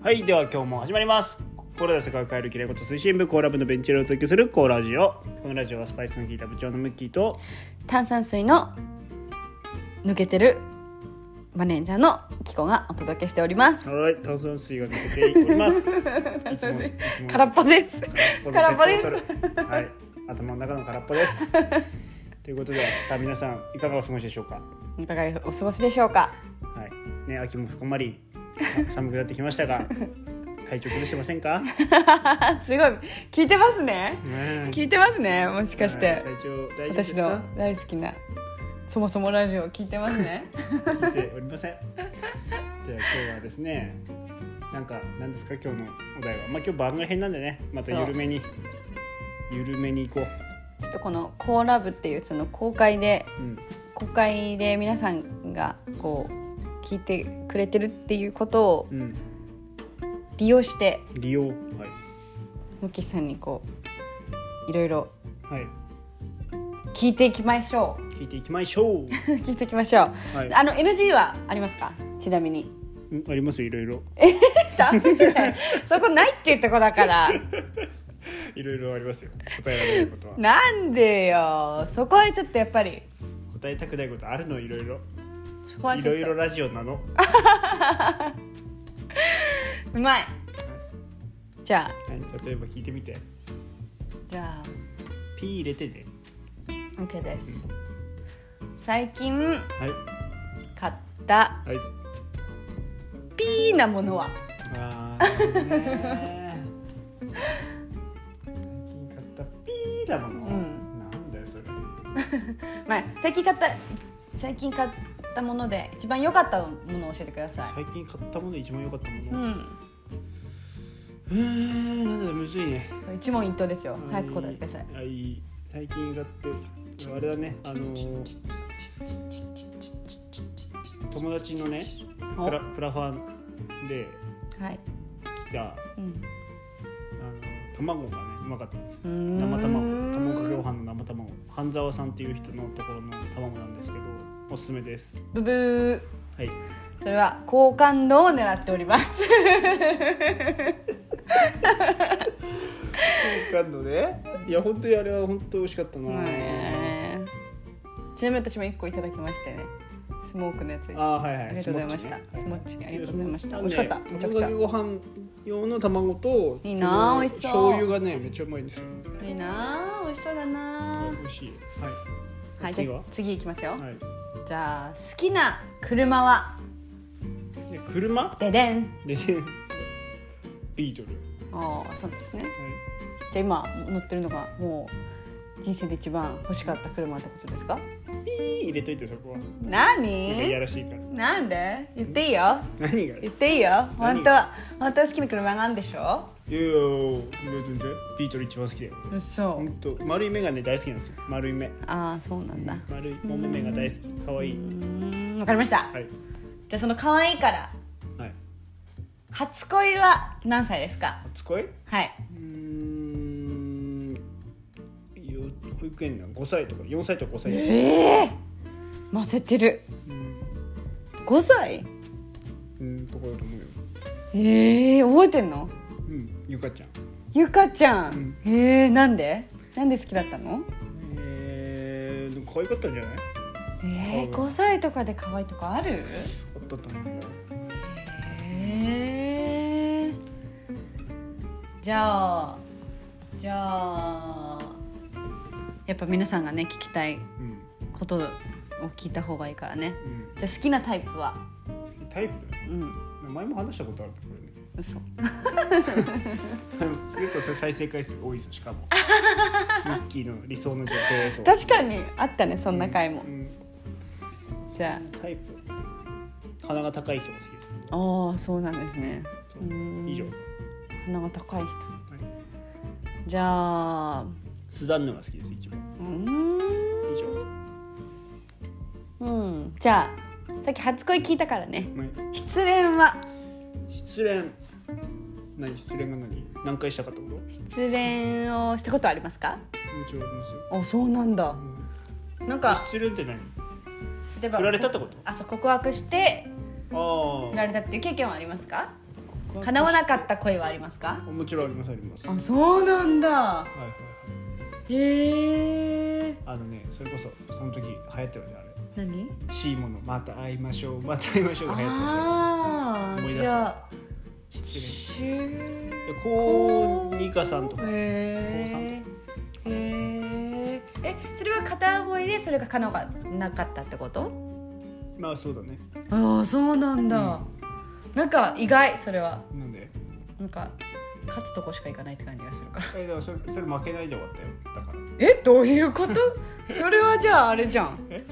はいでは今日も始まりますコーラで世界を変えるきれいこと推進部コーラ部のベンチ裏をお届けするコーラジオこのラジオはスパイスの効いた部長のムッキーと炭酸水の抜けてるマネージャーのキコがお届けしております。はい炭酸水が抜けておりますいつもいつも空っぽです。空っぽのペット空ボトルはい頭の中の空っぽですということでさあ皆さんいかがお過ごしでしょうかいかがお過ごしでしょうか。 はいね秋も深まり寒くなってきましたが体調崩してませんか、すごい聞いてますね。ね聞いてますね。もしかしはいて体調大丈夫で私すかの大好きなそもそもラジオ聞いてます ね。聞いておりません。では今日はですね、なんかなんですか今日のお題は、まあ今日番外編なんでね、また緩めに緩めに行こう。ちょっとこのコーラブっていうその公開でうん、公開で皆さんがこう聞いてくれてるっていうことをうん、利用して利用はいムキさんにこういろいろはい聞いていきましょう。聞いていきましょう。聞いていきましょう。 はい、あの NG はありますか？ちな みに。うんありますよいろいろダメだよそこないっていうとこ だから。いろいろありますよ。答えられないことはなんでよ。そこはちょっとやっぱり。答えたくないことあるのいろいろそこはいちょろっと。いろラジオなの。うまい。じゃあはい例えば聞いてみて。じゃあピー入れてね。 OK です。最近はい買ったはい。ピーなものはあーね最近買ったピーだもの、うなんんだよそれまあ最近買った最近買ったもので一番良かったものを教えてください。最近買ったもの一番良かったうもの、ん。うーんなんだろうむずいねそう一問一答ですよ。早く答えてください。あいい最近買ってあれだねあのー友達のねおクラクラファンではい。来たあうん。の卵がねうまかったんですよ生卵生卵かけご飯の生卵半沢さんっていう人のところの卵なんですけどおすすめですブブはいーそれは好感度を狙っております好感度ねいや本当にあれは本当美味しかったな、ねちなみに私も一個いただきましてねスモークのやつああはいはいありがとうございましたスモッチねありがとうございましたや美味しかったあのねめちゃくち卵ゃかけご飯用の卵といいなこの美味しそう醤油がねめっちゃうまいんですよいいなあ美味しそうだな美味しいはあはいじ次ゃはあ次いきますよ、い、はい、じゃあ好きな車はで車ででんでビートル、ああそうですねじゃあ今乗ってるのがもう人生で一番欲しかった車ってことですかはい、ピー入れといてそこはなんかいや何らしいからなんで言っていいよ何がいや言っていいよ何本当は本当は好きな車があるんでしいょやいや全然ビートル一番好きだようそ本当丸い眼鏡大好きなんですよ丸い目ああそうなんだ丸いもめ目が大好き可愛ういーんわかりました、はいじゃあその可愛いからはい初恋は何歳ですか初恋はいうーんよ保育園の5歳とか4歳とか5歳ええー、ませてるうん5歳うんとこだと思うよええー、覚えてんのうんゆかちゃんゆかちゃん、うええー、なんでなんで好きだったのえー、でも可愛かったんじゃないええー、顔が5歳とかで可愛いとかあるあったと思うよえーじゃあじゃあやっぱ皆さんがね聞きたいうんことを聞いた方がいいからねうじゃあ好きなタイプはんタイプうん前も話したことあるねこれね嘘 結構それ再生回数多いですよしかもミッキーの理想の女性像確かにあったねそんな回もう、んじゃタイプ鼻が高い人が好きですあああそうなんですねそううーん以上鼻が高い人じゃあうスザンヌが好きです一番ーん以上うんじゃあさっき初恋聞いたからねはい失恋は失恋何失恋が何何回したかってことも失恋をしたことありますかちろんありますよ、あそうなんだうんなんか失恋って何例えば振られたってことあそう告白してああ振られたっていう経験はありますか叶わなかった恋はありますかもちろんありますありますはいあそうなんだはいはいへえあのねそれこそその時流行ってるじゃんあれ何 C ものまた会いましょうまた会いましょうが流行ってましたよあ思い出あすじゃあ失礼中高二かさんとかへえへええそれは片思いでそれが叶わなかったってことまあそうだねああそうなんだ、うんなんか意外それはなんでなんか勝つとこしか行かないって感じがするからえだからそれそれ負けないで終わったよだからえどういうことそれはじゃああれじゃんえ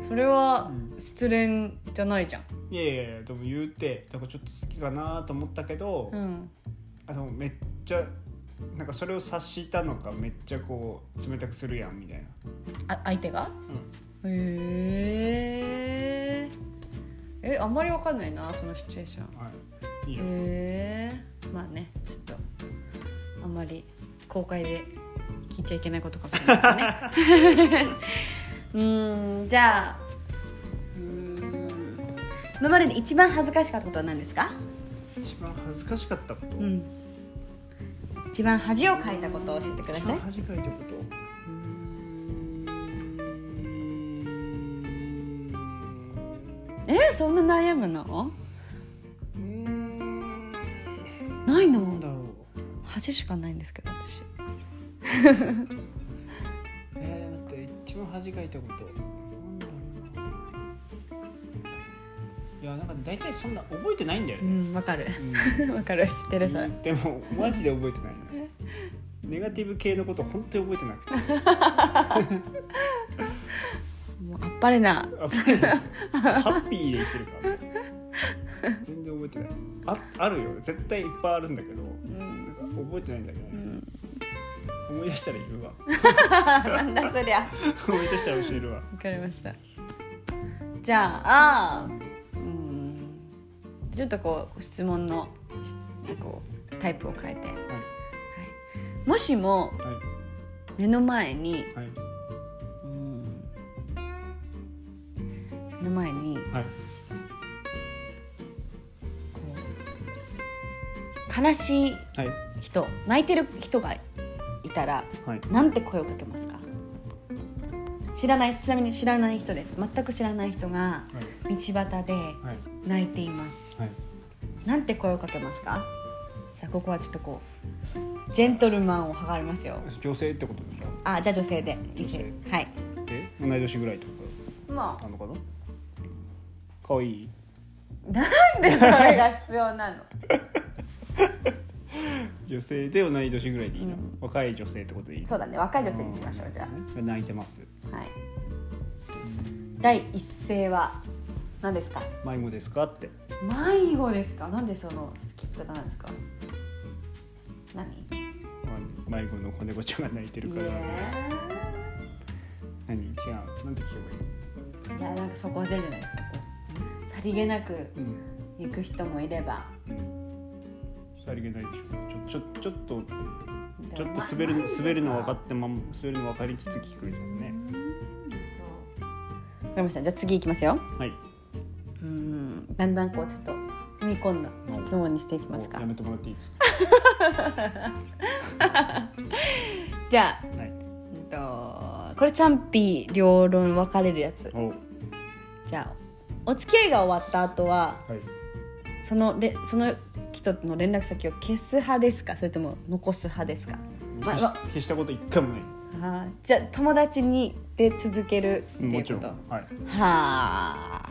それはうん失恋じゃないじゃんいやいやいやでも言うてだからちょっと好きかなと思ったけど、うんあのめっちゃなんかそれを察したのかめっちゃこう冷たくするやんみたいな、あ相手がうへええあんまりわかんないなそのシチュエーションんはい、いいよ、へえまあねちょっとあんまり公開で聞いちゃいけないことかもしれないですね うーんじゃあうーん今までで一番恥ずかしかったことは何ですか、一番恥ずかしかったこと、うん、一番恥をかいたことを教えてくだ一さ番い恥かいたことうーんえそんな悩むのうーんないのなんだろう恥しかないんですけど私えー、待って一番恥かいたことなんだろうないやなんか大体そんな覚えてないんだようね、んわかるうん わかる知ってるそれでもマジで覚えてない ねネガティブ系のこと本当に覚えてなくて もうあっぱれなあ覚えてないハッピーで生きてるから全然覚えてないああるよ絶対いっぱいあるんだけどうなんん、か覚えてないんだけど、うねん、思い出したら言うわ なんだそりゃ思い出したら教えるわわかりました。じゃあ、うん、ちょっとこう質問のしこうタイプを変えて、はいもしもはい目の前に、はいうん、目の前にこはい、う悲しいはい人、泣いてる人がいたら、はいなんて声をかけますか。知らないちなみに知らない人です全く知らない人がはい道端はでい泣いていますはいなんて声をかけますかさあここはちょっとこうジェントルマンを図りますよ女性ってことでしょあじゃあ女性で女性はいえ同い年ぐらいってこもとなのかな可愛いうなんでそれが必要なの女性で同い年ぐらいでいいな、うん若い女性ってことでいい そうだね若い女性にしましょうじゃあ泣いてますあはい第一声は何ですか迷子ですかって迷子ですかなんでその聞き方なんですか何迷子の子猫ちゃんが泣いてるから、何違うなんて聞けばいい、いやいやなんかそこは出るじゃないですかこうさりげなくうん行く人もいればうん、さりげないでしょちょちょちょっとちょっと滑でもるまあ滑るの分かってまん滑るの分かりつつ聞くじゃんねわかりました。じゃあ次いきますよ。はいうん。だんだんこうちょっと踏み込んだ質問にしていきますかもうや。めてもらっていいですじゃあ、かはいうんとこれ賛否両論分かれるやつ。おじゃあお付き合いが終わった後ははいそのれその人との連絡先を消す派ですか、それとも残す派ですか。ま消あし消したこと一回もないあーじゃあ友達にで続けるってうんいもうちころんと。ははいあ。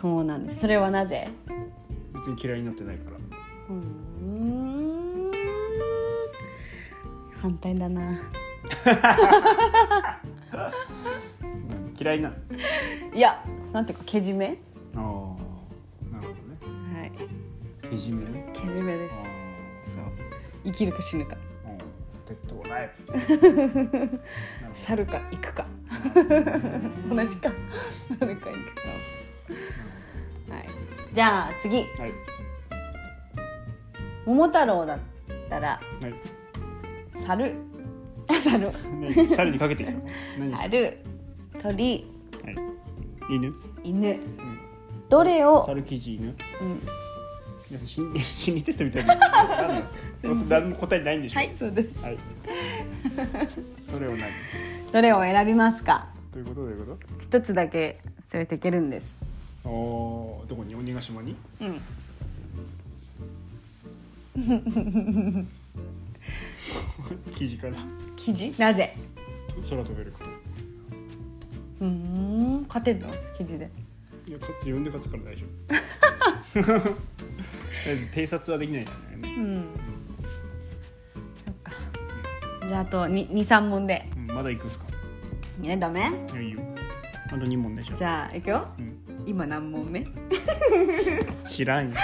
そうなんです。それはなぜ？別に嫌いになってないからうーん反対だなうん嫌いなのいやなんていうかけじめはいああなるほどねけじめねけじめであすそう生きるか死ぬかあうん鉄塔ライブなるほど去るか行 くか同じか去るか行くかはいじゃあ次はい桃太郎だったらはい猿猿ね、猿にかけてき たの。何して猿鳥はい、犬。犬どれを、猿生地犬。うん、や心 理心理テストみたいな何 なんですよどうせ誰も答えないんでしょはいそうですはい、どれを何どれを選びますかということどういうこ一つだけ連れていけるんですとおーどこに鬼ヶ島に うん記事から生地なぜ空飛べるからうーん勝てんの生地でいや勝つ自分で勝つから大丈夫 とりあえず偵察はできないからね、うんそっかじゃああと23問でうん、まだ行くっすかいやダメいやいいよあと2問でしょじゃあいくようん、今何問目知らんよ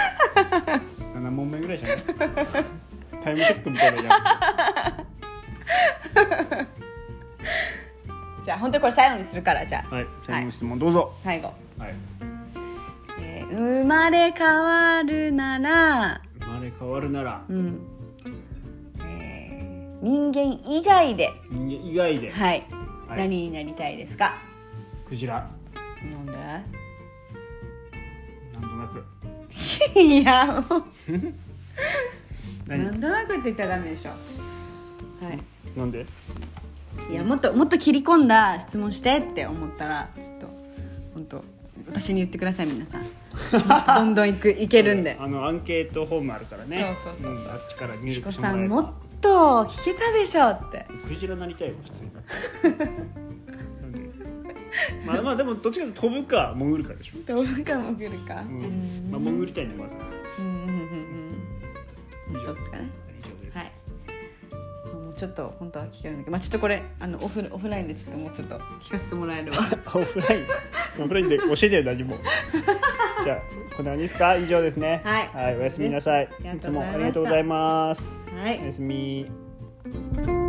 7問目ぐらいじゃないタイムショックみたいなやじゃあ本当にこれ最後にするからじゃつあはい最後の質問どうぞ、最後、はい、えー生まれ変わるなら、生まれ変わるならうんえー人間以外で、人間以外で、はいはい何になりたいですかクジラなんでなんとな くいやもう何なんとなくって言っちゃダメでしょはいなんでいやもっともっと切り込んだ質問してって思ったらちょっと本当私に言ってください皆さんもっとどんどんいくいける んであのアンケートフォームあるからねそうそうそうそうんあっちから入「彦力してさもらえんるもっと聞けたでしょ」ってクジラなりたいよ普通になんでまあまあでもどっちかというと飛ぶか潜るかでしょ、どうかも来るかううんんまあ、潜りたいねまずうんうんうんうんそうですかね以上です、はいもうちょっと本当は聞けるんだけど、まあ、ちょっとこれあのオフオフラインでちょっともうちょっと聞かせてもらえればあオフラインオフラインで教えてよ何もじゃあこんな感じですか以上ですねはいおやすみなさいです いつもありがとうございますはいおやすみはい